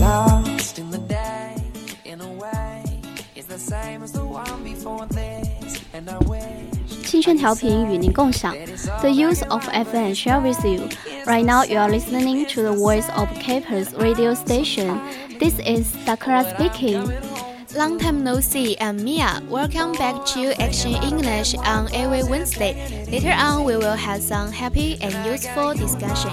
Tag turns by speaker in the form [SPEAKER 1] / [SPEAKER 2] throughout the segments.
[SPEAKER 1] Lost in the day, in a way, it's the same as the one before this. And I wish
[SPEAKER 2] 青春调频与您共享。
[SPEAKER 1] that it's all
[SPEAKER 2] The youth of FM share with you. Right now, you are listening to the voice of Capers radio station. This is Sakura speaking.
[SPEAKER 3] Long time no see, I'm Mia. Welcome back to Action English on every Wednesday. Later on, we will have some happy and useful discussion.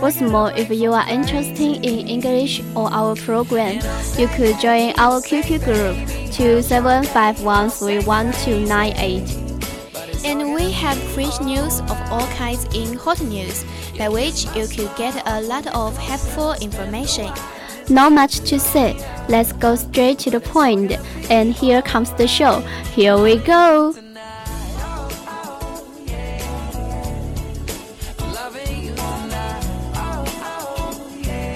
[SPEAKER 2] What's more, if you are interested in English or our program, you could join our QQ group to 7513128.
[SPEAKER 3] And we have fresh news of all kinds in Hot News, by which you could get a lot of helpful information.
[SPEAKER 2] Not much to say. Let's go straight to the point. And here comes the show. Here we go.
[SPEAKER 1] loving you now. Oh, oh, yeah.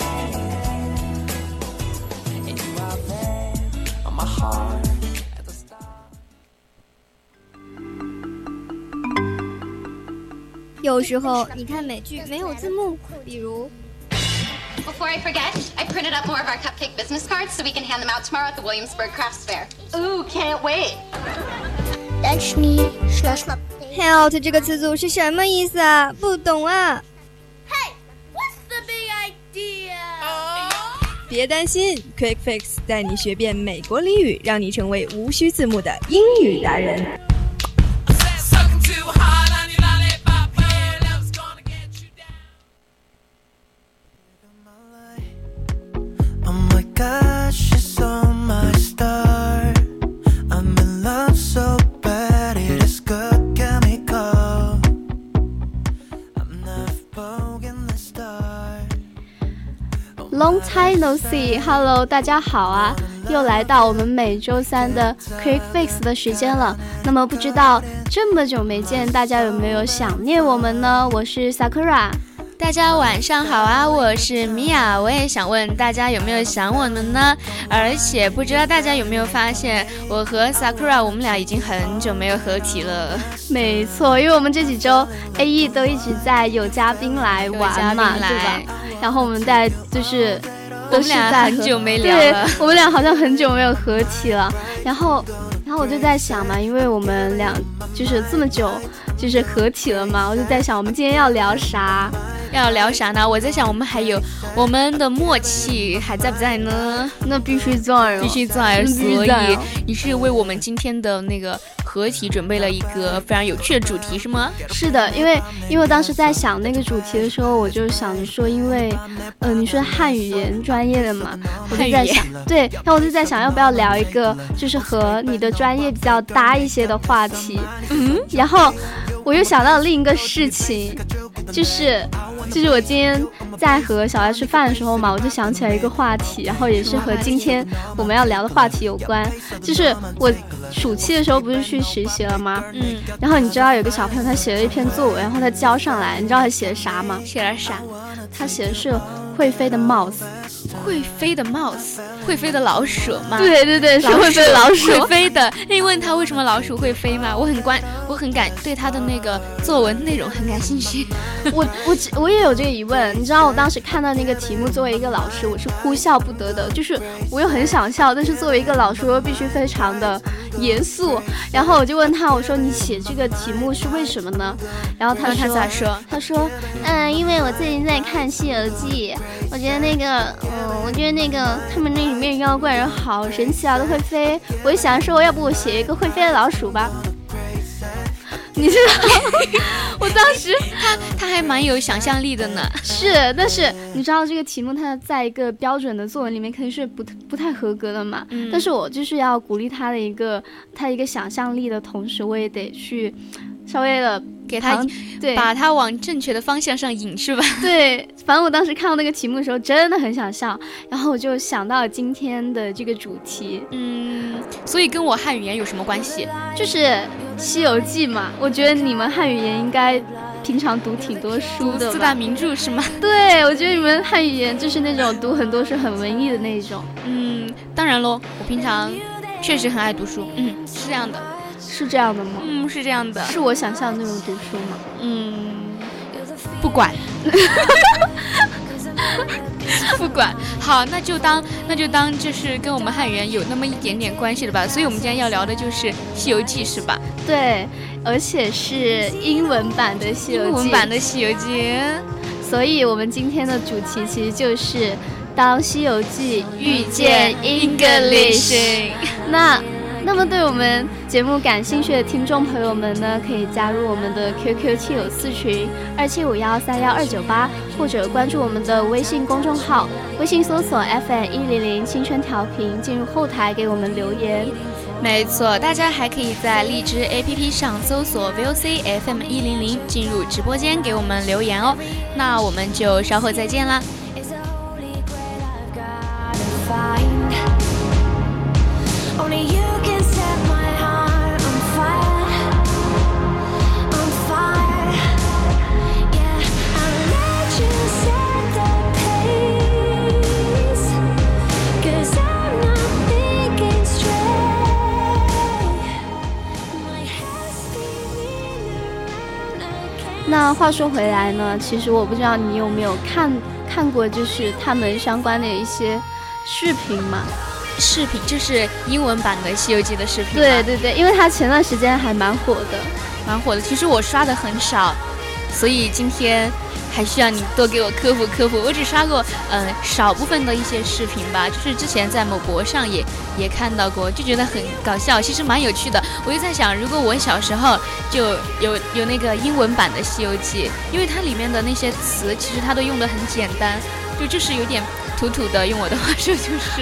[SPEAKER 1] And you are there on my heart at the start.
[SPEAKER 4] 有时候你看美剧没有字幕，比如
[SPEAKER 5] Before I forget, I printed up more of our cupcake business cards so we can hand them out tomorrow at the Williamsburg Crafts Fair. Ooh, can't wait.
[SPEAKER 4] “out” 这个词组是什么意思啊？不懂啊！
[SPEAKER 6] 别担心，Quick Fix 带你学遍美国俚语，让你成为无需字幕的英语达人。
[SPEAKER 1] I said something too hard on your lollipop, and I was gonna get you down.
[SPEAKER 7] Oh my gosh, you're so my star. I'm in love so bad, it is good chemical. I'm not broken the star.
[SPEAKER 2] Long time no see，Hello，大家好啊！又来到我们每周三的 Quick Fix 的时间了。那么不知道这么久没见，大家有没有想念我们呢？我是 Sakura。
[SPEAKER 3] 大家晚上好啊，我是米娅，我也想问大家有没有想我们呢？而且不知道大家有没有发现，我和 Sakura 我们俩已经很久没有合体了，
[SPEAKER 2] 没错，因为我们这几周 A E 都一直在有嘉宾来玩嘛，
[SPEAKER 3] 有嘉宾来
[SPEAKER 2] 对吧？然后我们在就是。
[SPEAKER 3] 我们俩很久没聊
[SPEAKER 2] 对
[SPEAKER 3] 了。，
[SPEAKER 2] 我们俩好像很久没有合体了。然后，然后我就在想嘛，因为我们俩就是这么久就是合体了嘛，我就在想我们今天要聊啥。
[SPEAKER 3] 要聊啥呢？我在想，我们还有我们的默契还在不在呢？
[SPEAKER 2] 那必须在哦，
[SPEAKER 3] 必须在，
[SPEAKER 2] 嗯必
[SPEAKER 3] 所
[SPEAKER 2] 须
[SPEAKER 3] 以
[SPEAKER 2] 在哦
[SPEAKER 3] 你是为我们今天的那个合体准备了一个非常有趣的主题是吗？
[SPEAKER 2] 是的，因为因为我当时在想那个主题的时候，我就想着说，因为，呃，你是汉语言专业的嘛，我就在想，对，然后我就在想要不要聊一个就是和你的专业比较搭一些的话题，嗯，然后我又想到另一个事情，就是就是我今天在和小爱吃饭的时候嘛，我就想起来一个话题，然后也是和今天我们要聊的话题有关，就是我暑期的时候不是去实习了吗？
[SPEAKER 3] 嗯，
[SPEAKER 2] 然后你知道有个小朋友他写了一篇作文，然后他交上来，你知道他写的啥吗？
[SPEAKER 3] 写了啥？
[SPEAKER 2] 他写的是会飞的帽子。
[SPEAKER 3] 会飞的 mouse，会飞的老鼠吗？。
[SPEAKER 2] 对对对，是会飞老鼠。
[SPEAKER 3] 会飞的。那你问他为什么老鼠会飞吗？我很关，我很感对他的那个作文内容很感兴趣。
[SPEAKER 2] 我我只我也有这个疑问，你知道我当时看到那个题目，作为一个老师，我是哭笑不得的，就是我又很想笑，但是作为一个老师，我又必须非常的严肃。然后我就问他，我说你写这个题目是为什么呢？然后他
[SPEAKER 3] 然后
[SPEAKER 2] 说
[SPEAKER 3] 他咋说？
[SPEAKER 2] 他说：“嗯，因为我最近在看《西游记》，我觉得那个，嗯，我觉得那个他们那里面妖怪人好神奇啊，都会飞。我就想说，要不我写一个会飞的老鼠吧。” 你知道，我当时
[SPEAKER 3] 他他还蛮有想象力的呢。
[SPEAKER 2] 是，但是你知道这个题目，它在一个标准的作文里面肯定是不不太合格的嘛。
[SPEAKER 3] 嗯
[SPEAKER 2] 但是我就是要鼓励他的一个他一个想象力的同时，我也得去稍微的
[SPEAKER 3] 给他
[SPEAKER 2] 对
[SPEAKER 3] 把他往正确的方向上引是吧？
[SPEAKER 2] 对，反正我当时看到那个题目的时候，真的很想笑，然后我就想到了今天的这个主题，
[SPEAKER 3] 嗯，所以跟我汉语言有什么关系？
[SPEAKER 2] 就是《西游记》嘛。我觉得你们汉语言应该平常读挺多书的
[SPEAKER 3] 四
[SPEAKER 2] 吧
[SPEAKER 3] 大？名著是吗？
[SPEAKER 2] 对，我觉得你们汉语言就是那种读很多书很文艺的那一种。
[SPEAKER 3] 嗯，当然喽，我平常确实很爱读书。嗯，是这样的。
[SPEAKER 2] 是这样的吗？
[SPEAKER 3] 嗯，是这样的。
[SPEAKER 2] 是我想象的那种读书吗？
[SPEAKER 3] 嗯，不管， 不管，好，那就当那就当就是跟我们汉语言有那么一点点关系的吧。所以我们今天要聊的就是《西游记》，是吧？
[SPEAKER 2] 对，而且是英文版的《西游记》。
[SPEAKER 3] 英文版的《西游记》，
[SPEAKER 2] 所以我们今天的主题其实就是当《西游记》遇见 English。那那么对我们节目感兴趣的听众朋友们呢，可以加入我们的 QQ 七友四群二七五幺三幺二九八，或者关注我们的微信公众号，微信搜索 FM 一零零青春调频，进入后台给我们留言。
[SPEAKER 3] 没错，大家还可以在荔枝 APP 上搜索 VOC FM 一零零，进入直播间给我们留言哦。那我们就稍后再见啦。
[SPEAKER 8] It's a holy grail I've gotta find. Only you can set my heart on fire, on fire. Yeah, I'll let you set the pace, 'cause I'm not thinking straight. My head's spinning around. I can't
[SPEAKER 2] 那话说回来呢，其实我不知道你有没有看看过，就是他们相关的一些视频嘛？
[SPEAKER 3] 视频就是英文版的《西游记》的视频，
[SPEAKER 2] 对，对对，因为他前段时间还蛮火的。
[SPEAKER 3] 蛮火的。其实我刷的很少，所以今天还需要你多给我科普科普。我只刷过嗯、呃少部分的一些视频吧，就是之前在某博上也也看到过，就觉得很搞笑，其实蛮有趣的。我就在想，如果我小时候就有有那个英文版的《西游记》，因为它里面的那些词其实它都用的很简单，就就是有点土土的，用我的 话说就是，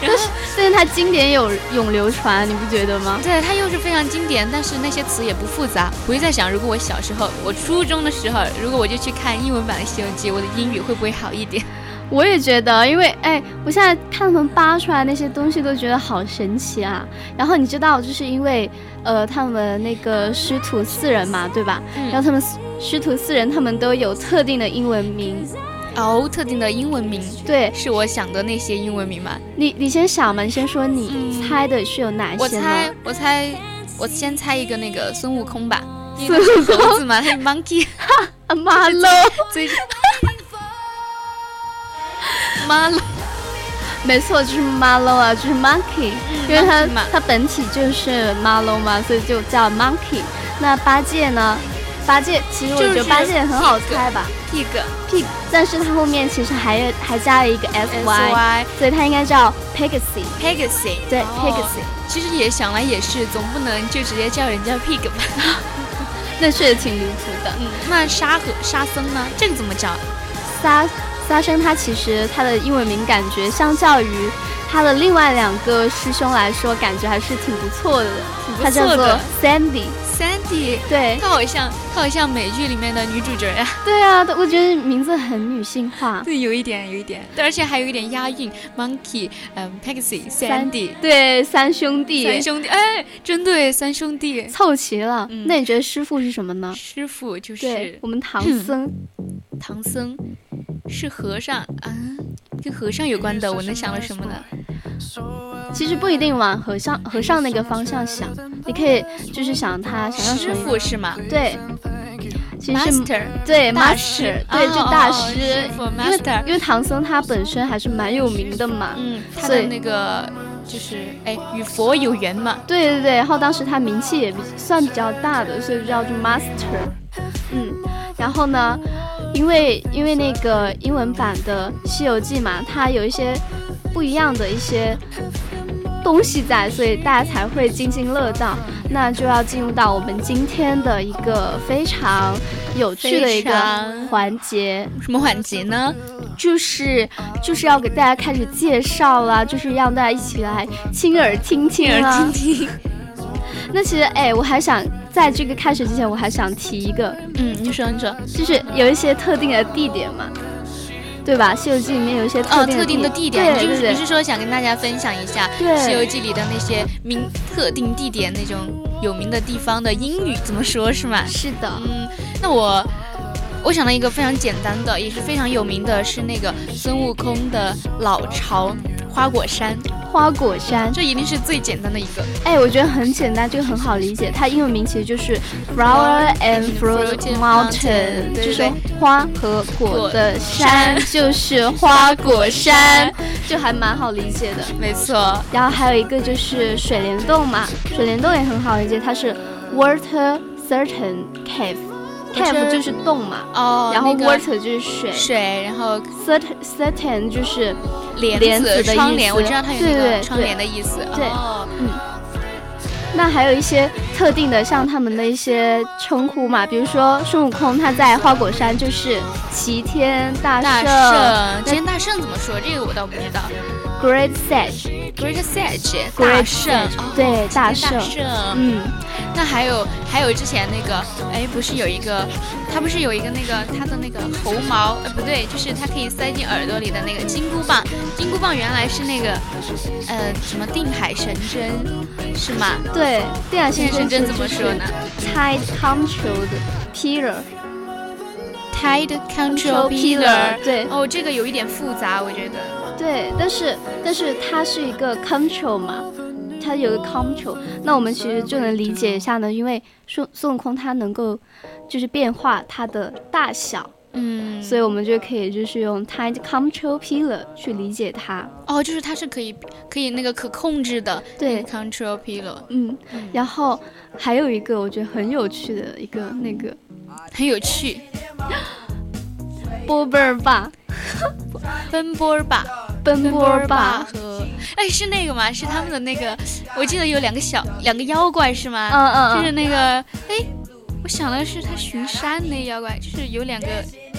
[SPEAKER 3] 然后。
[SPEAKER 2] 但是它经典有永流传，你不觉得吗？
[SPEAKER 3] 对，它又是非常经典，但是那些词也不复杂。我就在想，如果我小时候，我初中的时候，如果我就去看英文版的《西游记》，我的英语会不会好一点？
[SPEAKER 2] 我也觉得，因为哎，我现在看他们扒出来那些东西都觉得好神奇啊。然后你知道，就是因为呃，他们那个师徒四人嘛，对吧？
[SPEAKER 3] 嗯
[SPEAKER 2] 然后他们师师徒四人，他们都有特定的英文名。
[SPEAKER 3] 哦，特定的英文名
[SPEAKER 2] 对
[SPEAKER 3] 是我想的那些英文名吗？
[SPEAKER 2] 你，你先想嘛，你先说你猜的是有哪一
[SPEAKER 3] 我
[SPEAKER 2] 些呢？
[SPEAKER 3] 猜，我猜，我先猜一个那个孙悟空吧，因为他是猴子 嘛，他是 monkey，
[SPEAKER 2] 啊妈喽，
[SPEAKER 3] 最妈了，
[SPEAKER 2] 没错，就是 Marlow 啊，就是嗯 Monkey，、因为它
[SPEAKER 3] monkey 嘛
[SPEAKER 2] 它本体就是 Marlow 嘛，所以就叫 Monkey。那八戒呢？八戒其实我觉
[SPEAKER 3] 就
[SPEAKER 2] 得
[SPEAKER 3] 是
[SPEAKER 2] 八戒很好猜吧
[SPEAKER 3] pig
[SPEAKER 2] ，Pig，但是它后面其实还有还加了一个
[SPEAKER 3] s
[SPEAKER 2] Sy，
[SPEAKER 3] y
[SPEAKER 2] 所以它应该叫 Pegasus。
[SPEAKER 3] Pegasus，
[SPEAKER 2] 对、
[SPEAKER 3] 哦
[SPEAKER 2] p e g a s u
[SPEAKER 3] 其实也想来也是，总不能就直接叫人家 pig 吧。
[SPEAKER 2] 那是挺离谱的。
[SPEAKER 3] 嗯，那沙和沙僧呢？这个怎么叫？
[SPEAKER 2] 沙沙僧他其实他的英文名感觉相较于他的另外两个师兄来说，感觉还是挺不错的。
[SPEAKER 3] 不
[SPEAKER 2] 他叫
[SPEAKER 3] 错
[SPEAKER 2] 做
[SPEAKER 3] 的
[SPEAKER 2] Sandy，
[SPEAKER 3] Sandy，
[SPEAKER 2] 对
[SPEAKER 3] 她好像她好像美剧里面的女主角呀、
[SPEAKER 2] 对啊，我觉得名字很女性化。
[SPEAKER 3] 对，有一点，有一点，而且还有一点押韵。Monkey，嗯，Pixie，
[SPEAKER 2] 三
[SPEAKER 3] Sandy，
[SPEAKER 2] 对三兄弟
[SPEAKER 3] 三兄弟，哎，真对，三兄弟。
[SPEAKER 2] 凑齐了。
[SPEAKER 3] 嗯
[SPEAKER 2] 那你觉得师傅是什么呢？
[SPEAKER 3] 师傅就
[SPEAKER 2] 对
[SPEAKER 3] 是嗯
[SPEAKER 2] 我们唐僧，
[SPEAKER 3] 唐僧，是和尚啊，跟和尚有关的，我能想到什么呢？
[SPEAKER 2] 其实不一定往和尚和尚那个方向想，你可以就是想他想要什
[SPEAKER 3] 师
[SPEAKER 2] 么。
[SPEAKER 3] 傅是吗
[SPEAKER 2] 对，其实嗯是
[SPEAKER 3] ？Master，
[SPEAKER 2] 对
[SPEAKER 3] 大
[SPEAKER 2] master，
[SPEAKER 3] 师
[SPEAKER 2] 对
[SPEAKER 3] 哦
[SPEAKER 2] 就大
[SPEAKER 3] 哦
[SPEAKER 2] 师，
[SPEAKER 3] 师傅
[SPEAKER 2] 因为
[SPEAKER 3] master
[SPEAKER 2] 因为唐僧他本身还是蛮有名的嘛。
[SPEAKER 3] 嗯，他
[SPEAKER 2] 所
[SPEAKER 3] 的
[SPEAKER 2] 以
[SPEAKER 3] 那个就是哎，与佛有缘嘛。
[SPEAKER 2] 对对对，然后当时他名气也比算比较大的，所以就叫做 master。嗯，然后呢，因为因为那个英文版的《西游记》嘛，它有一些不一样的一些东西在，所以大家才会津津乐道。那就要进入到我们今天的一个非常有趣的一个
[SPEAKER 3] 非常
[SPEAKER 2] 环节。
[SPEAKER 3] 什么环节呢？
[SPEAKER 2] 就是就是要给大家开始介绍啦，就是让大家一起来亲耳听听、啊，
[SPEAKER 3] 亲耳听听。
[SPEAKER 2] 那其实，哎，我还想在这个开始之前，我还想提一个，
[SPEAKER 3] 嗯，你说你说，
[SPEAKER 2] 就是有一些特定的地点嘛，对吧？《西游记》里面有一些特
[SPEAKER 3] 哦，
[SPEAKER 2] 定
[SPEAKER 3] 特定的地点，
[SPEAKER 2] 对
[SPEAKER 3] 你就
[SPEAKER 2] 对
[SPEAKER 3] 是
[SPEAKER 2] 对
[SPEAKER 3] 你是说想跟大家分享一下
[SPEAKER 2] 对
[SPEAKER 3] 《西游记》里的那些名特定地点那种有名的地方的英语怎么说是吗？
[SPEAKER 2] 是的，
[SPEAKER 3] 嗯，那我我想到一个非常简单的，也是非常有名的，是那个孙悟空的老巢花果山，
[SPEAKER 2] 花果山，
[SPEAKER 3] 这一定是最简单的一个。
[SPEAKER 2] 哎，我觉得很简单，这个很好理解。它英文名其实就是 Flower and Fruit
[SPEAKER 3] Fruit
[SPEAKER 2] Mountain，
[SPEAKER 3] Mountain，
[SPEAKER 2] 就是
[SPEAKER 3] 对
[SPEAKER 2] 说
[SPEAKER 3] 对
[SPEAKER 2] 花和果的山，就是花果 山，就还蛮好理解的。
[SPEAKER 3] 没错，
[SPEAKER 2] 然后还有一个就是水帘洞嘛，水帘洞也很好理解，它是 Water Certain Cave。
[SPEAKER 3] Water-
[SPEAKER 2] Cave 就是洞嘛，
[SPEAKER 3] 哦
[SPEAKER 2] 然后
[SPEAKER 3] 那个
[SPEAKER 2] water 就是水，
[SPEAKER 3] 水，然后
[SPEAKER 2] certain certain 就是
[SPEAKER 3] 帘
[SPEAKER 2] 帘子的
[SPEAKER 3] 窗
[SPEAKER 2] 意
[SPEAKER 3] 帘，
[SPEAKER 2] 思
[SPEAKER 3] 我知道它有
[SPEAKER 2] 对
[SPEAKER 3] 那
[SPEAKER 2] 对
[SPEAKER 3] 个窗帘的意思。
[SPEAKER 2] 对
[SPEAKER 3] 哦，
[SPEAKER 2] 嗯。那还有一些特定的，像他们的一些称呼嘛，比如说孙悟空，他在花果山就是齐天大
[SPEAKER 3] 大
[SPEAKER 2] 圣
[SPEAKER 3] 圣，今天大圣怎么说？这个我倒不知道。
[SPEAKER 2] g r e a t Sage，
[SPEAKER 3] Great Sage，
[SPEAKER 2] Great
[SPEAKER 3] 大圣，
[SPEAKER 2] Sage，
[SPEAKER 3] 哦
[SPEAKER 2] 对
[SPEAKER 3] 齐天
[SPEAKER 2] 大
[SPEAKER 3] 大
[SPEAKER 2] 圣嗯，
[SPEAKER 3] 那还有还有之前那个，哎，不是有一个，他不是有一个那个他的那个猴毛，呃，不对，就是他可以塞进耳朵里的那个金箍棒，金箍棒原来是那个，呃，什么定海神针，是吗？
[SPEAKER 2] 对，定海神
[SPEAKER 3] 定海神针怎么说呢
[SPEAKER 2] ？Tide Controlled Pillar，
[SPEAKER 3] ？Tide
[SPEAKER 2] Control
[SPEAKER 3] Control
[SPEAKER 2] Pillar，
[SPEAKER 3] Pillar，
[SPEAKER 2] 对
[SPEAKER 3] 哦，这个有一点复杂，我觉得。
[SPEAKER 2] 对，但是但是它是一个 control 嘛，它有个 control，那我们其实就能理解一下呢，因为孙孙悟空他能够就是变化它的大小，
[SPEAKER 3] 嗯，
[SPEAKER 2] 所以我们就可以就是用 tide control pillar 去理解它。
[SPEAKER 3] 哦，就是它是可以可以那个可控制的，
[SPEAKER 2] 对
[SPEAKER 3] ，Control Pillar，
[SPEAKER 2] 嗯，然后还有一个我觉得很有趣的一个那个
[SPEAKER 3] 很有趣。
[SPEAKER 2] 波波儿吧，
[SPEAKER 3] 奔波儿吧，
[SPEAKER 2] 奔波儿吧
[SPEAKER 3] 吧，和哎是那个吗？是他们的那个，我记得有两个小两个妖怪是吗？
[SPEAKER 2] 嗯嗯嗯
[SPEAKER 3] 就是那个哎，我想的是他巡山那妖怪，就是有两个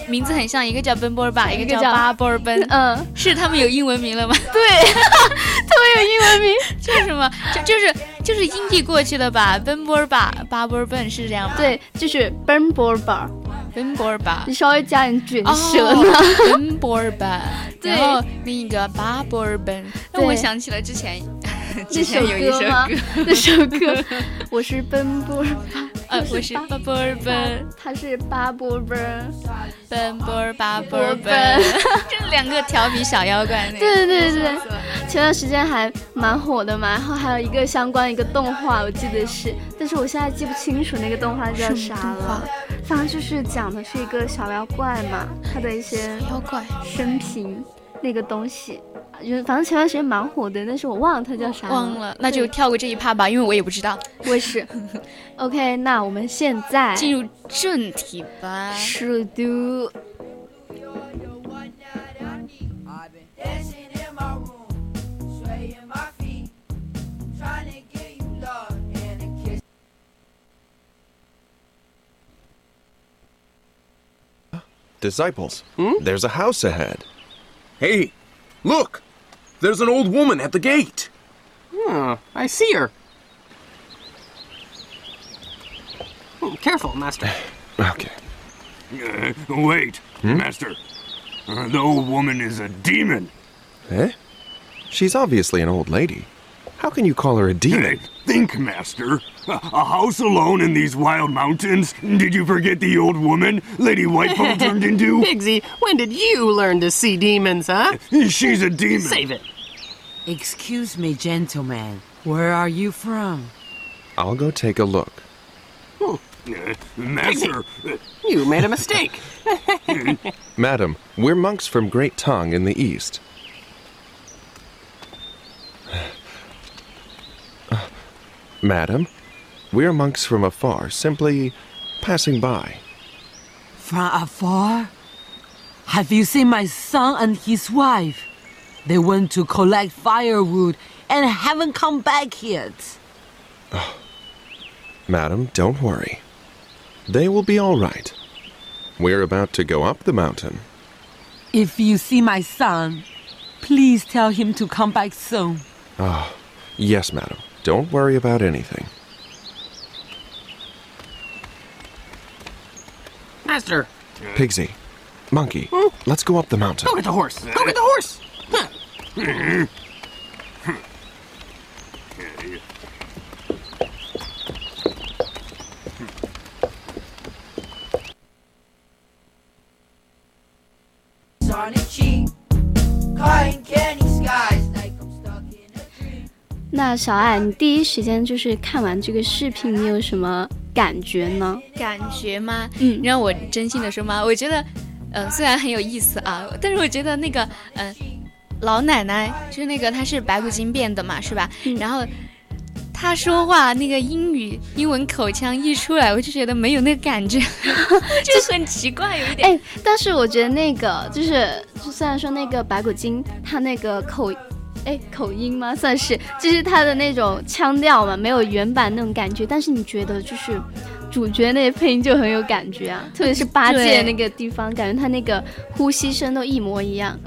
[SPEAKER 3] 名字很像，一个叫奔波儿吧，一
[SPEAKER 2] 个
[SPEAKER 3] 个
[SPEAKER 2] 叫
[SPEAKER 3] 叫巴波尔奔。
[SPEAKER 2] 嗯，
[SPEAKER 3] 是他们有英文名了吗？
[SPEAKER 2] 对，
[SPEAKER 3] 他
[SPEAKER 2] 们有英文名，
[SPEAKER 3] 这是什么？就就是就是音译过去的吧？奔波儿吧，巴波尔奔是这样吗？
[SPEAKER 2] 对，就是奔波儿吧，
[SPEAKER 3] 奔波儿吧
[SPEAKER 2] 你。稍微加点卷舌呢。
[SPEAKER 3] 哦，奔波儿吧，
[SPEAKER 2] 对
[SPEAKER 3] 然后另一个巴波尔奔，让我
[SPEAKER 2] 对
[SPEAKER 3] 想起了之前
[SPEAKER 2] 那
[SPEAKER 3] 之
[SPEAKER 2] 首
[SPEAKER 3] 前有一首
[SPEAKER 2] 歌吗？那首歌， 我是奔波儿吧，
[SPEAKER 3] 呃，我是巴波尔奔，
[SPEAKER 2] 他是巴波奔，
[SPEAKER 3] 奔波儿巴波
[SPEAKER 2] 波
[SPEAKER 3] 尔
[SPEAKER 2] 奔
[SPEAKER 3] 奔， 这两个调皮小妖怪那个。
[SPEAKER 2] 对对对对，前段时间还蛮火的嘛，然后还有一个相关一个动画，我记得是，但是我现在记不清楚那个动画叫啥了。反正就是讲的是一个小妖怪嘛，他的一些
[SPEAKER 3] 妖怪
[SPEAKER 2] 生平那个东西，就是反正前段时间蛮火的，但是我忘了它叫啥
[SPEAKER 3] 忘了，那就
[SPEAKER 2] 对
[SPEAKER 3] 跳过这一趴吧，因为我也不知道。
[SPEAKER 2] 我也是。OK，那我们现在
[SPEAKER 3] 进入正题吧。
[SPEAKER 2] 是的。
[SPEAKER 9] Disciples, there's a house ahead. Hey, look! There's an old woman at the gate!
[SPEAKER 10] Hmm, I see her. Hmm, Careful, Master.
[SPEAKER 9] Okay. Hmm?
[SPEAKER 11] Uh, wait, Master. Uh, the old woman is a demon.
[SPEAKER 9] Eh? She's obviously an old lady. How can you call her a demon?
[SPEAKER 11] Think, Master. A a house alone in these wild mountains? Did you forget the old woman Lady Whitefall turned into?
[SPEAKER 10] Pigsy, when did you learn to see demons, huh?
[SPEAKER 11] She's a demon.
[SPEAKER 10] Save it.
[SPEAKER 12] Excuse me, gentlemen. Where are you from?
[SPEAKER 9] I'll go take a look.
[SPEAKER 11] Uh, Master.
[SPEAKER 10] You made a mistake.
[SPEAKER 9] Madam, we're monks from Great Tongue in the East. Uh, Madam, we're monks from afar, simply passing by.
[SPEAKER 12] From afar? Have you seen my son and his wife? They went to collect firewood and haven't come back yet.
[SPEAKER 9] Madam, don't worry. They will be all right. We're about to go up the mountain.
[SPEAKER 12] If you see my son, please tell him to come back soon.
[SPEAKER 9] Ah, yes, madam. Don't worry about anything.
[SPEAKER 10] Master,
[SPEAKER 9] Pigsy, monkey, let's go up the mountain.
[SPEAKER 10] go get the horse. Go get the horse. Huh.
[SPEAKER 13] Sonic cheek, cotton candy skies.
[SPEAKER 2] 那小爱，你第一时间就是看完这个视频，你有什么感觉呢？
[SPEAKER 3] 感觉吗？嗯，让我真心的说吗？我觉得，呃，虽然很有意思啊，但是我觉得那个，呃，老奶奶就是那个她是白骨精变的嘛，是吧？然后她说话那个英语英文口腔一出来，我就觉得没有那个 感觉，就很奇怪，有一点。
[SPEAKER 2] 哎，但是我觉得那个就是，就虽然说那个白骨精他那个口，哎，口音吗？算是，就是他的那种腔调嘛，没有原版那种感觉。但是你觉得就是主角那配音就很有感觉啊，特别是八戒
[SPEAKER 3] 对
[SPEAKER 2] 那个地方，感觉他那个呼吸声都一模一样。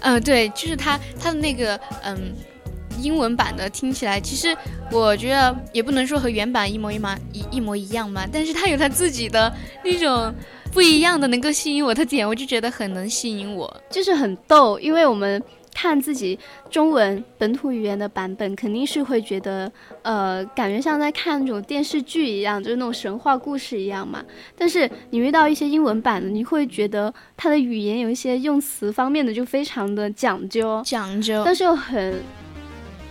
[SPEAKER 3] 嗯、对，就是他他的那个嗯英文版的听起来，其实我觉得也不能说和原版一模一模一一模一样嘛，但是他有他自己的那种不一样的能够吸引我的点，我就觉得很能吸引我。
[SPEAKER 2] 就是很逗，因为我们看自己中文本土语言的版本，肯定是会觉得，呃，感觉像在看那种电视剧一样，就是那种神话故事一样嘛。但是你遇到一些英文版的，你会觉得它的语言有一些用词方面的就非常的讲究，
[SPEAKER 3] 讲究
[SPEAKER 2] 但是又很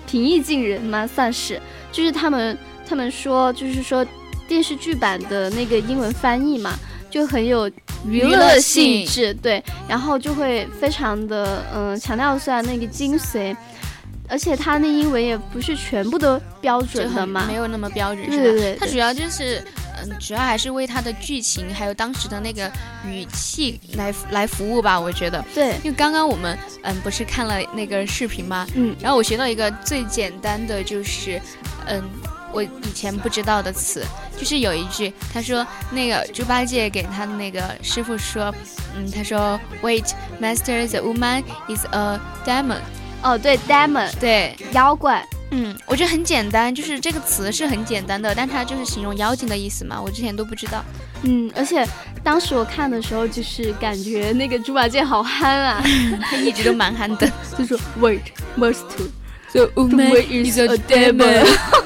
[SPEAKER 2] 平易近人嘛，算是。就是他们他们说，就是说电视剧版的那个英文翻译嘛，就很有娱
[SPEAKER 3] 娱乐
[SPEAKER 2] 乐
[SPEAKER 3] 性
[SPEAKER 2] 性质，对，然后就会非常的嗯、呃强调虽然那个精髓。而且它那英文也不是全部都标准的嘛，
[SPEAKER 3] 没有那么标准，
[SPEAKER 2] 对对对
[SPEAKER 3] 它主要就是，嗯，主要还是为它的剧情还有当时的那个语气来来服务吧，我觉得。
[SPEAKER 2] 对，
[SPEAKER 3] 因为刚刚我们嗯不是看了那个视频吗？
[SPEAKER 2] 嗯
[SPEAKER 3] 然后我学到一个最简单的就是，嗯。我以前不知道的词，就是有一句，他说那个猪八戒给他的那个师傅说，嗯，他说，Wait, master, the woman is a demon。
[SPEAKER 2] 哦，对，demon，
[SPEAKER 3] 对，
[SPEAKER 2] 妖怪。
[SPEAKER 3] 嗯，我觉得很简单，就是这个词是很简单的，但它就是形容妖精的意思嘛。我之前都不知道。
[SPEAKER 2] 嗯，而且当时我看的时候，就是感觉那个猪八戒好憨啊，
[SPEAKER 3] 他一直都蛮憨的，
[SPEAKER 2] 就说 Wait, master,
[SPEAKER 3] the
[SPEAKER 2] woman is a demon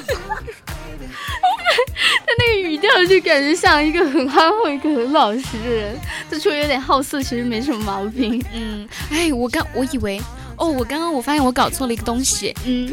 [SPEAKER 2] 他那个语调就感觉像一个很憨厚、一个很老实的人，就除了有点好色，其实没什么毛病。
[SPEAKER 3] 嗯，哎，我刚我以为，哦，我刚刚我发现我搞错了一个东西。
[SPEAKER 2] 嗯，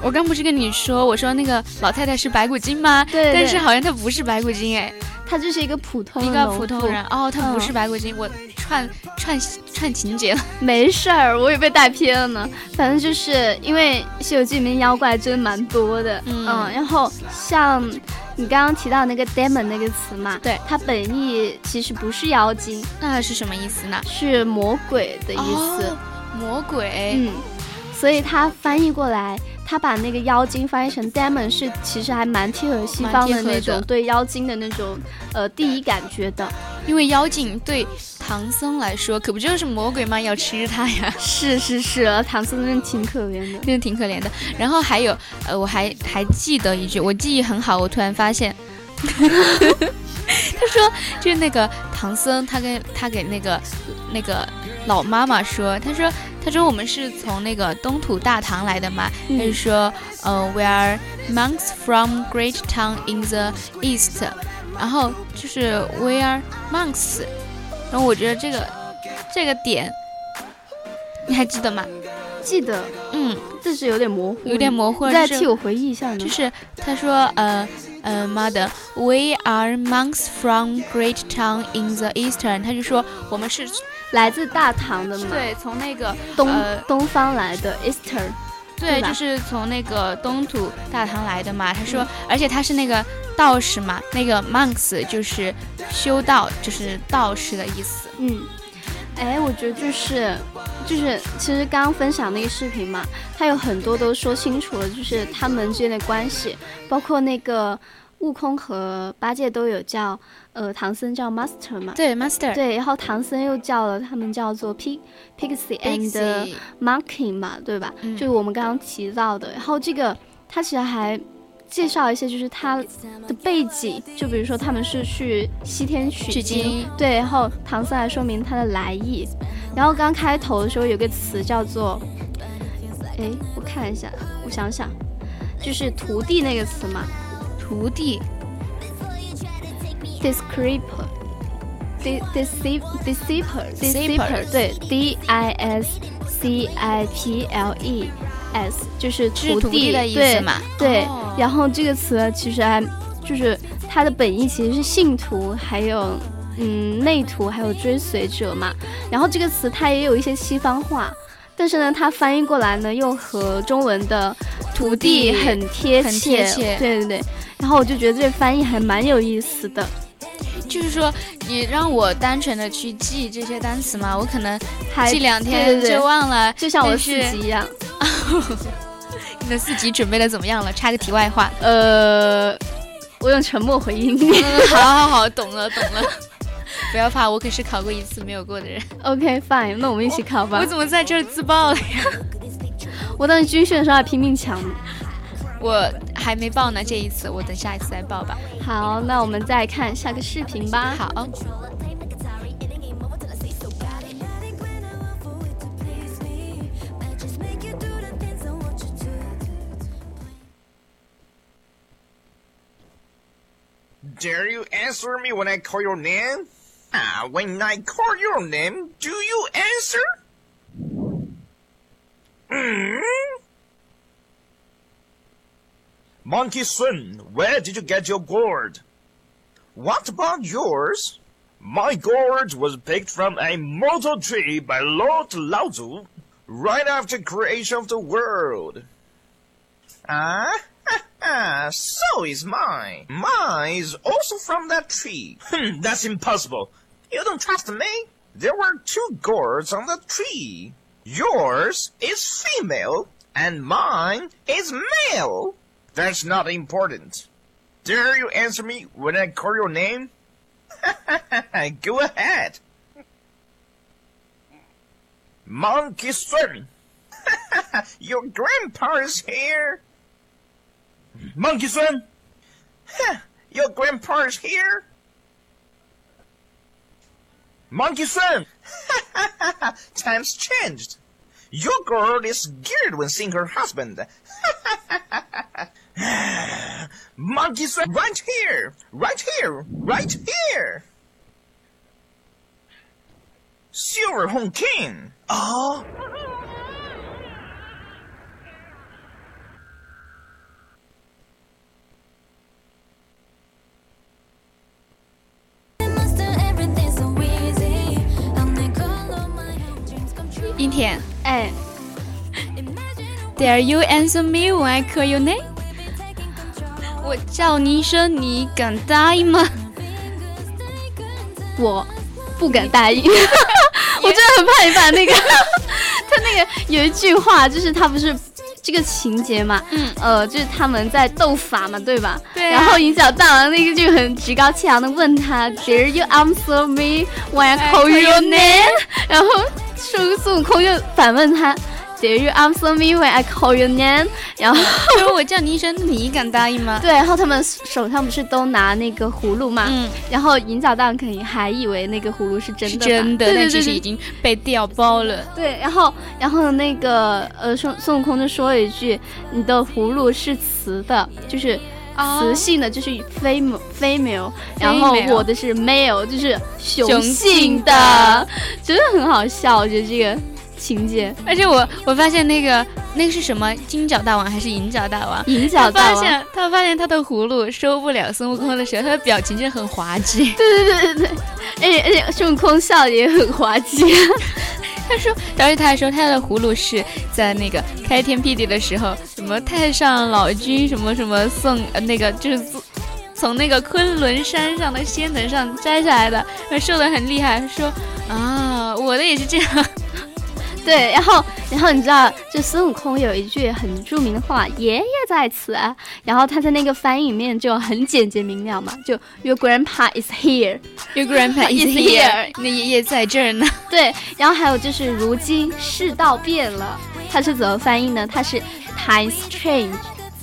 [SPEAKER 3] 我刚不是跟你说，我说那个老太太是白骨精吗？
[SPEAKER 2] 对对
[SPEAKER 3] 但是好像她不是白骨精，哎，
[SPEAKER 2] 她就是一个普通
[SPEAKER 3] 一
[SPEAKER 2] 的
[SPEAKER 3] 个
[SPEAKER 2] 农
[SPEAKER 3] 普通
[SPEAKER 2] 妇
[SPEAKER 3] 人。哦，她不
[SPEAKER 2] 嗯
[SPEAKER 3] 是白骨精，我串串串情节了。
[SPEAKER 2] 没事儿，我也被带偏了呢。反正就是因为《西游记》里面妖怪真的蛮多的，嗯然后像你刚刚提到那个 demon 那个词嘛，对，它本意其实不是妖精，
[SPEAKER 3] 那是什么意思呢？
[SPEAKER 2] 是魔鬼的意思。
[SPEAKER 3] 哦魔鬼。
[SPEAKER 2] 嗯，所以它翻译过来，它把那个妖精翻译成 demon 是其实还蛮贴合西方的那
[SPEAKER 3] 蛮贴合
[SPEAKER 2] 种
[SPEAKER 3] 的
[SPEAKER 2] 对妖精的那种呃第一感觉的。
[SPEAKER 3] 因为妖精对唐僧来说可不就是魔鬼吗？要吃它呀！
[SPEAKER 2] 是是是，啊唐僧真的挺可怜的，
[SPEAKER 3] 真的挺可怜的。然后还有，呃，我还还记得一句，我记忆很好，我突然发现， 他说就是那个唐僧，他跟他给那个那个老妈妈说，他说他说我们是从那个东土大唐来的嘛，
[SPEAKER 2] 嗯
[SPEAKER 3] 他就说，呃，we are monks from great town in the east，然后就是 we are monks，然后我觉得这个这个点你还记得吗？
[SPEAKER 2] 记得，
[SPEAKER 3] 嗯，
[SPEAKER 2] 但是有点模糊，
[SPEAKER 3] 有点模糊
[SPEAKER 2] 你再
[SPEAKER 3] 就
[SPEAKER 2] 嗯
[SPEAKER 3] 是
[SPEAKER 2] 替我回忆一下呢。
[SPEAKER 3] 就是他说，呃呃，妈的，We are monks from great town in the eastern。他就说我们是
[SPEAKER 2] 来自大唐的嘛，
[SPEAKER 3] 对，从那个
[SPEAKER 2] 东、
[SPEAKER 3] 呃
[SPEAKER 2] 东方来的 Eastern，
[SPEAKER 3] 对，
[SPEAKER 2] 吧
[SPEAKER 3] 就是从那个东土大唐来的嘛。他说，而且他是那个道士嘛，那个 monks 就是修道，就是道士的意思。
[SPEAKER 2] 嗯，哎，我觉得就是就是，其实刚刚分享那个视频嘛，它有很多都说清楚了，就是他们之间的关系，包括那个。悟空和八戒都有叫呃唐僧叫 Master 嘛，
[SPEAKER 3] 对 Master
[SPEAKER 2] 对，然后唐僧又叫了他们叫做 P Pixie and
[SPEAKER 3] Pixie
[SPEAKER 2] Monkey 嘛，对吧？
[SPEAKER 3] 嗯
[SPEAKER 2] 就是我们刚刚提到的，然后这个他其实还。介绍一些，就是他的背景，就比如说他们是去西天取
[SPEAKER 3] 取经
[SPEAKER 2] 对，然后唐僧还说明他的来意。然后刚开头的时候有个词叫做，哎，我看一下，我想想，就是徒弟那个词嘛，
[SPEAKER 3] 徒弟
[SPEAKER 2] ，disciple。d i s c i disciple
[SPEAKER 3] Disciple
[SPEAKER 2] disciple 对 d i s c i p l e s 就是
[SPEAKER 3] 是
[SPEAKER 2] 徒
[SPEAKER 3] 徒弟的意思
[SPEAKER 2] 对
[SPEAKER 3] 嘛
[SPEAKER 2] 对
[SPEAKER 3] 哦，
[SPEAKER 2] 然后这个词其实还就是它的本意其实是信徒，还有嗯内徒，还有追随者嘛。然后这个词它也有一些西方化，但是呢，它翻译过来呢又和中文的徒弟
[SPEAKER 3] 徒弟
[SPEAKER 2] 很贴切，
[SPEAKER 3] 很贴切
[SPEAKER 2] 对对对。然后我就觉得这翻译还蛮有意思的。
[SPEAKER 3] 就是说，你让我单纯的去记这些单词嘛，我可能
[SPEAKER 2] 还
[SPEAKER 3] 记两
[SPEAKER 2] 对
[SPEAKER 3] 天
[SPEAKER 2] 对对
[SPEAKER 3] 就忘了。
[SPEAKER 2] 就像我
[SPEAKER 3] 但
[SPEAKER 2] 的四
[SPEAKER 3] 是
[SPEAKER 2] 级一样。
[SPEAKER 3] 你的四级准备的怎么样了？插个题外话。
[SPEAKER 2] 呃，我用沉默回应你。
[SPEAKER 3] 嗯，好好好，懂了懂了。不要怕，我可是考过一次没有过的人。
[SPEAKER 2] OK fine，那我们一起考吧。
[SPEAKER 3] 我怎么在这儿自爆了呀？
[SPEAKER 2] 我当时军训的时候还拼命抢。
[SPEAKER 3] 我还没报呢，这一次我等下一次再 报吧。
[SPEAKER 2] 好，那我们再看下个视频吧。
[SPEAKER 3] 好。
[SPEAKER 14] Dare you answer me when I call your name? Ah, when I call your name, do you answer? Hmm? Monkey Sun, where did you get your gourd? What about yours? My gourd was picked from a mortal tree by Lord Lao Tzu right after creation of the world. Ah? Ah, so is mine. Mine is also from that tree. Hmm, that's impossible. You don't trust me? There were two gourds on the tree. Yours is female, and mine is male. That's not important. Dare you answer me when I call your name? Go ahead. Monkey swim. your grandpa is here. Monkey son! Huh, your grandpa's here? Monkey son! Times changed. Your girl is geared when seeing her husband. Monkey son, right here! Right here! Right here! Silver Hong King! Oh!
[SPEAKER 8] Everything's so easy. I'll make all of my dreams come true.
[SPEAKER 3] 阴天
[SPEAKER 2] 哎
[SPEAKER 3] ，Dare you answer me when I call your name？我叫你一声，你敢答应吗？
[SPEAKER 2] 我不敢答应， 我真的很怕你把那个 他那个有一句话，就是他不是。这个情节嘛，嗯，呃，就是他们在斗法嘛，对吧？
[SPEAKER 3] 对啊
[SPEAKER 2] 然后银角大王那个就很趾高气扬的问他，Dare you answer me when I
[SPEAKER 3] I
[SPEAKER 2] call
[SPEAKER 3] call
[SPEAKER 2] your
[SPEAKER 3] your
[SPEAKER 2] name？然后孙孙悟空又反问他，Dare you answer me when I call your name？然后
[SPEAKER 3] 如果我叫你一声，你敢答应吗？
[SPEAKER 2] 对，然后他们手上不是都拿那个葫芦嘛，
[SPEAKER 3] 嗯
[SPEAKER 2] 然后银角大王肯定还以为那个葫芦是真
[SPEAKER 3] 是
[SPEAKER 2] 的吧，
[SPEAKER 3] 真的，
[SPEAKER 2] 对
[SPEAKER 3] 但
[SPEAKER 2] 对
[SPEAKER 3] 其
[SPEAKER 2] 对
[SPEAKER 3] 实
[SPEAKER 2] 对
[SPEAKER 3] 已经被调包了。
[SPEAKER 2] 对，然后然后那个呃孙孙悟空就说了一句：“你的葫芦是雌的，就是
[SPEAKER 3] 哦
[SPEAKER 2] 雌性的，就是 female female，然后
[SPEAKER 3] Female
[SPEAKER 2] 我的是 male，就是雄
[SPEAKER 3] 雄
[SPEAKER 2] 性
[SPEAKER 3] 性
[SPEAKER 2] 的
[SPEAKER 3] 的，
[SPEAKER 2] 真的很好笑，我觉得这个情节。
[SPEAKER 3] 而且我我发现那个那个是什么金角大王还是银角大王？
[SPEAKER 2] 银角大王
[SPEAKER 3] 他发现他发现他的葫芦收不了孙悟空的时候，他的表情真的很滑稽。
[SPEAKER 2] 对对对对对，而且而且哎孙悟空笑得也很滑稽。
[SPEAKER 3] 他说，而且他还说他的葫芦是在那个开天辟地的时候，什么太上老君什么什么送呃那个就是自从那个昆仑山上的仙藤上摘下来的，呃，瘦的很厉害。说啊，我的也是这样。
[SPEAKER 2] 对，然后然后你知道，就孙悟空有一句很著名的话：“爷爷在此啊。”然后他在那个翻译里面就很简洁明了嘛，就 “Your grandpa is here,
[SPEAKER 3] your grandpa is here，你的爷爷在这儿呢。”
[SPEAKER 2] 对，然后还有就是如今世道变了，它是怎么翻译呢？它是 “times change”，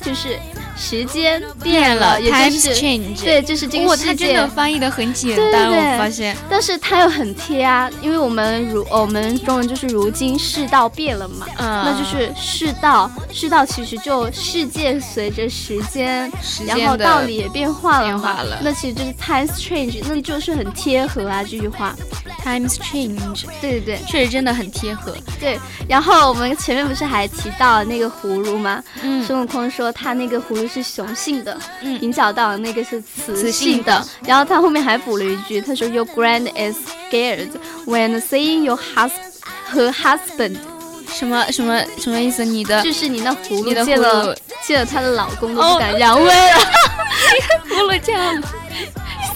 [SPEAKER 2] 就是时间变了，哦也就
[SPEAKER 3] times
[SPEAKER 2] 是
[SPEAKER 3] change。
[SPEAKER 2] 对，就是这个
[SPEAKER 3] 哇
[SPEAKER 2] 世界。
[SPEAKER 3] 它真的翻译的很简
[SPEAKER 2] 对
[SPEAKER 3] 单，
[SPEAKER 2] 对对
[SPEAKER 3] 我发现。
[SPEAKER 2] 但是它又很贴啊，因为我们如哦我们中文就是如今世道变了嘛，
[SPEAKER 3] 嗯
[SPEAKER 2] 那就是世道，世道其实就世界随着时间，
[SPEAKER 3] 间
[SPEAKER 2] 然后
[SPEAKER 3] 的
[SPEAKER 2] 道理也变化了嘛，
[SPEAKER 3] 变化了
[SPEAKER 2] 那其实就是 times change，那就是很贴合啊这句话
[SPEAKER 3] ，times change，
[SPEAKER 2] 对对对，
[SPEAKER 3] 确实真的很贴合。
[SPEAKER 2] 对，然后我们前面不是还提到那个葫芦吗？
[SPEAKER 3] 嗯
[SPEAKER 2] 孙悟空说他那个葫芦是雄性的，
[SPEAKER 3] 嗯
[SPEAKER 2] 银角道那个是雌
[SPEAKER 3] 雌性
[SPEAKER 2] 的
[SPEAKER 3] 的。
[SPEAKER 2] 然后他后面还补了一句，他说 Your grand is scared when seeing your hus her husband，
[SPEAKER 3] 什么什么什么意思？你的
[SPEAKER 2] 就是你那葫芦
[SPEAKER 3] 你的
[SPEAKER 2] 见
[SPEAKER 3] 葫
[SPEAKER 2] 了
[SPEAKER 3] 芦
[SPEAKER 2] 见了她的老公都
[SPEAKER 3] 哦
[SPEAKER 2] 不敢让位了。
[SPEAKER 3] 葫芦酱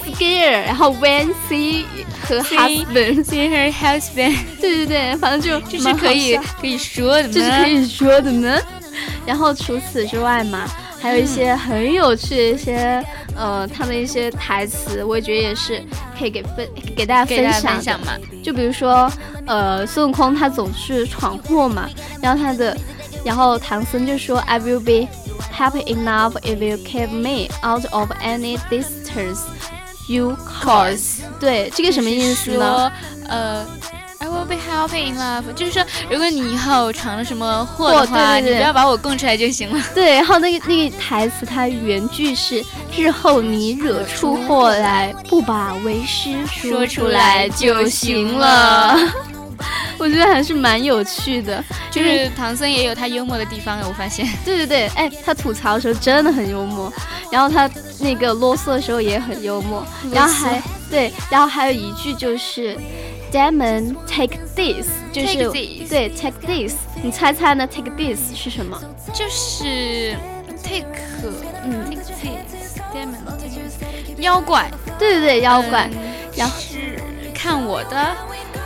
[SPEAKER 2] Scare，然后 when see her
[SPEAKER 3] See-
[SPEAKER 2] husband，see
[SPEAKER 3] her husband，
[SPEAKER 2] 对对对，反正就
[SPEAKER 3] 这
[SPEAKER 2] 蛮
[SPEAKER 3] 是
[SPEAKER 2] 好
[SPEAKER 3] 可以
[SPEAKER 2] 笑
[SPEAKER 3] 可以说的呢，
[SPEAKER 2] 这是可以说的呢。 然后除此之外嘛，还有一
[SPEAKER 3] 嗯
[SPEAKER 2] 些很有趣的一些、呃，他们一些台词，我也觉得也是可以给分给大家
[SPEAKER 3] 给大家
[SPEAKER 2] 享
[SPEAKER 3] 分享
[SPEAKER 2] 的
[SPEAKER 3] 嘛
[SPEAKER 2] 就比如说呃，孙悟空他总是闯祸嘛，然后他的。然后唐僧就说：“I will be happy enough if you keep me out of any distress you cause。”对，这个什么意思呢？
[SPEAKER 3] 说呃，I will be happy in love，就是说，如果你以后闯了什么祸
[SPEAKER 2] 祸
[SPEAKER 3] 的话，
[SPEAKER 2] 对对对
[SPEAKER 3] 你不要把我供出来 就行了。
[SPEAKER 2] 对，然后那个那个台词，它原句是“日后你惹出祸来，不把为师
[SPEAKER 3] 说
[SPEAKER 2] 出
[SPEAKER 3] 出来
[SPEAKER 2] 就
[SPEAKER 3] 就
[SPEAKER 2] 行
[SPEAKER 3] 行
[SPEAKER 2] 了
[SPEAKER 3] 了”
[SPEAKER 2] 我觉得还是蛮有趣的，
[SPEAKER 3] 就
[SPEAKER 2] 因为
[SPEAKER 3] 是唐僧也有他幽默的地方，我发现。
[SPEAKER 2] 对对对，哎，他吐槽的时候真的很幽默，然后他那个啰嗦的时候也很幽默，
[SPEAKER 3] 啰
[SPEAKER 2] 然后
[SPEAKER 3] 嗦
[SPEAKER 2] 还对，然后还有一句就是，Demon take this，就是
[SPEAKER 3] Take this
[SPEAKER 2] 对 take this，你猜猜呢？take this 是什么？
[SPEAKER 3] 就是 take，
[SPEAKER 2] 嗯
[SPEAKER 3] ，take this demon，这就是妖怪，
[SPEAKER 2] 对对对，妖怪，
[SPEAKER 3] 嗯
[SPEAKER 2] 然后
[SPEAKER 3] 看我的，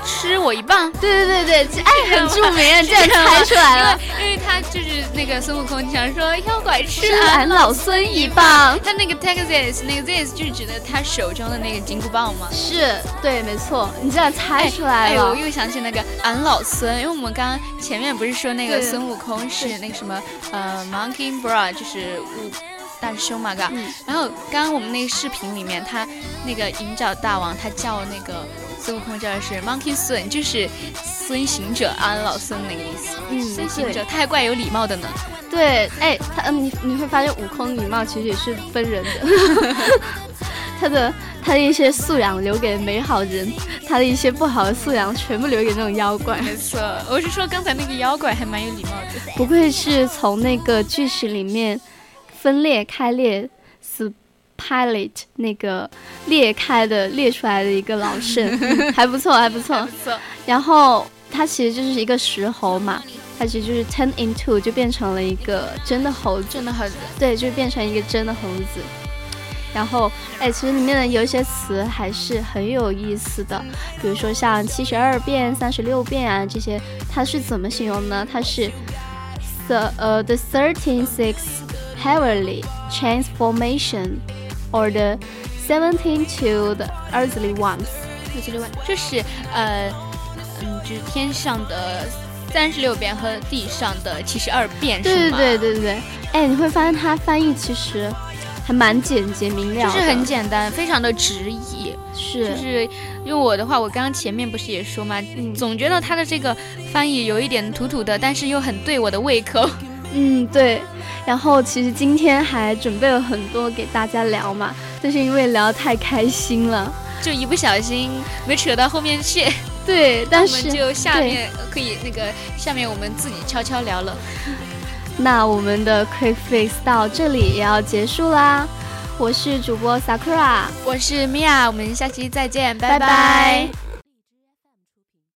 [SPEAKER 3] 吃我一棒。
[SPEAKER 2] 对对对对，
[SPEAKER 3] 这
[SPEAKER 2] 哎，
[SPEAKER 3] 样
[SPEAKER 2] 很
[SPEAKER 3] 吗
[SPEAKER 2] 著名，
[SPEAKER 3] 是
[SPEAKER 2] 竟然
[SPEAKER 3] 这样吗
[SPEAKER 2] 猜出来 了。
[SPEAKER 3] 因为因为他就是那个孙悟空经常说妖怪吃
[SPEAKER 2] 吃俺
[SPEAKER 3] 俺
[SPEAKER 2] 老
[SPEAKER 3] 老
[SPEAKER 2] 孙
[SPEAKER 3] 孙
[SPEAKER 2] 一
[SPEAKER 3] 一
[SPEAKER 2] 棒
[SPEAKER 3] 棒，他那个 Texas 那个 this 就是指的他手中的那个金箍棒嘛。
[SPEAKER 2] 是对，没错，你竟然猜出来
[SPEAKER 3] 哎，
[SPEAKER 2] 了。
[SPEAKER 3] 我又想起那个俺老孙，因为我们刚刚前面不是说那个
[SPEAKER 2] 对
[SPEAKER 3] 孙悟空是那个什么呃 monkey bra，就是悟大师兄嘛，嘎、然后刚刚我们那个视频里面，他那个银角大王他叫那个孙悟空叫的是 monkey 孙，就是孙行者俺老孙那个意思。
[SPEAKER 2] 嗯
[SPEAKER 3] 孙行
[SPEAKER 2] 对
[SPEAKER 3] 者他还怪有礼貌的呢。
[SPEAKER 2] 对，哎，他嗯，你你会发现悟空礼貌其实也是分人的， 他的他的一些素养留给美好人，他的一些不好的素养全部留给那种妖怪。
[SPEAKER 3] 没错，我是说刚才那个妖怪还蛮有礼貌的。
[SPEAKER 2] 不愧是从那个巨石里面分裂开裂 s p i l a t 那个裂开的裂出来的一个老 圣，嗯还不错，还不错，
[SPEAKER 3] 错
[SPEAKER 2] 然后它其实就是一个石猴嘛，它其实就是 turn into 就变成了一个真的猴子，真
[SPEAKER 3] 的猴子，
[SPEAKER 2] 对，就变成一个真的猴子。然后，哎，其实里面的有一些词还是很有意思的，比如说像七十二变、三十六变啊这些，它是怎么形容呢？它是 the 呃 the thirteen six heavenly transformation or the seventeen to the earthly ones。
[SPEAKER 3] 我觉得吧就是呃，嗯，就是天上的三十六变和地上的七十二变，
[SPEAKER 2] 对
[SPEAKER 3] 是吗？
[SPEAKER 2] 对对对对，哎，你会发现它翻译其实还蛮简洁明了的，
[SPEAKER 3] 就是很简单，非常的直译。
[SPEAKER 2] 是
[SPEAKER 3] 就是用我的话，我刚刚前面不是也说嘛，
[SPEAKER 2] 嗯
[SPEAKER 3] 总觉得他的这个翻译有一点土土的，但是又很对我的胃口。
[SPEAKER 2] 嗯，对。然后其实今天还准备了很多给大家聊嘛，但是因为聊得太开心了，
[SPEAKER 3] 就一不小心没扯到后面去。
[SPEAKER 2] 对但是
[SPEAKER 3] 我们就下
[SPEAKER 2] 对
[SPEAKER 3] 面可以那个下面我们自己悄悄聊了。
[SPEAKER 2] 那我们的 Quick Fix 到这里也要结束啦。我是主播 Sakura，
[SPEAKER 3] 我是米娅，我们下期再见，
[SPEAKER 2] 拜
[SPEAKER 3] 拜
[SPEAKER 2] 拜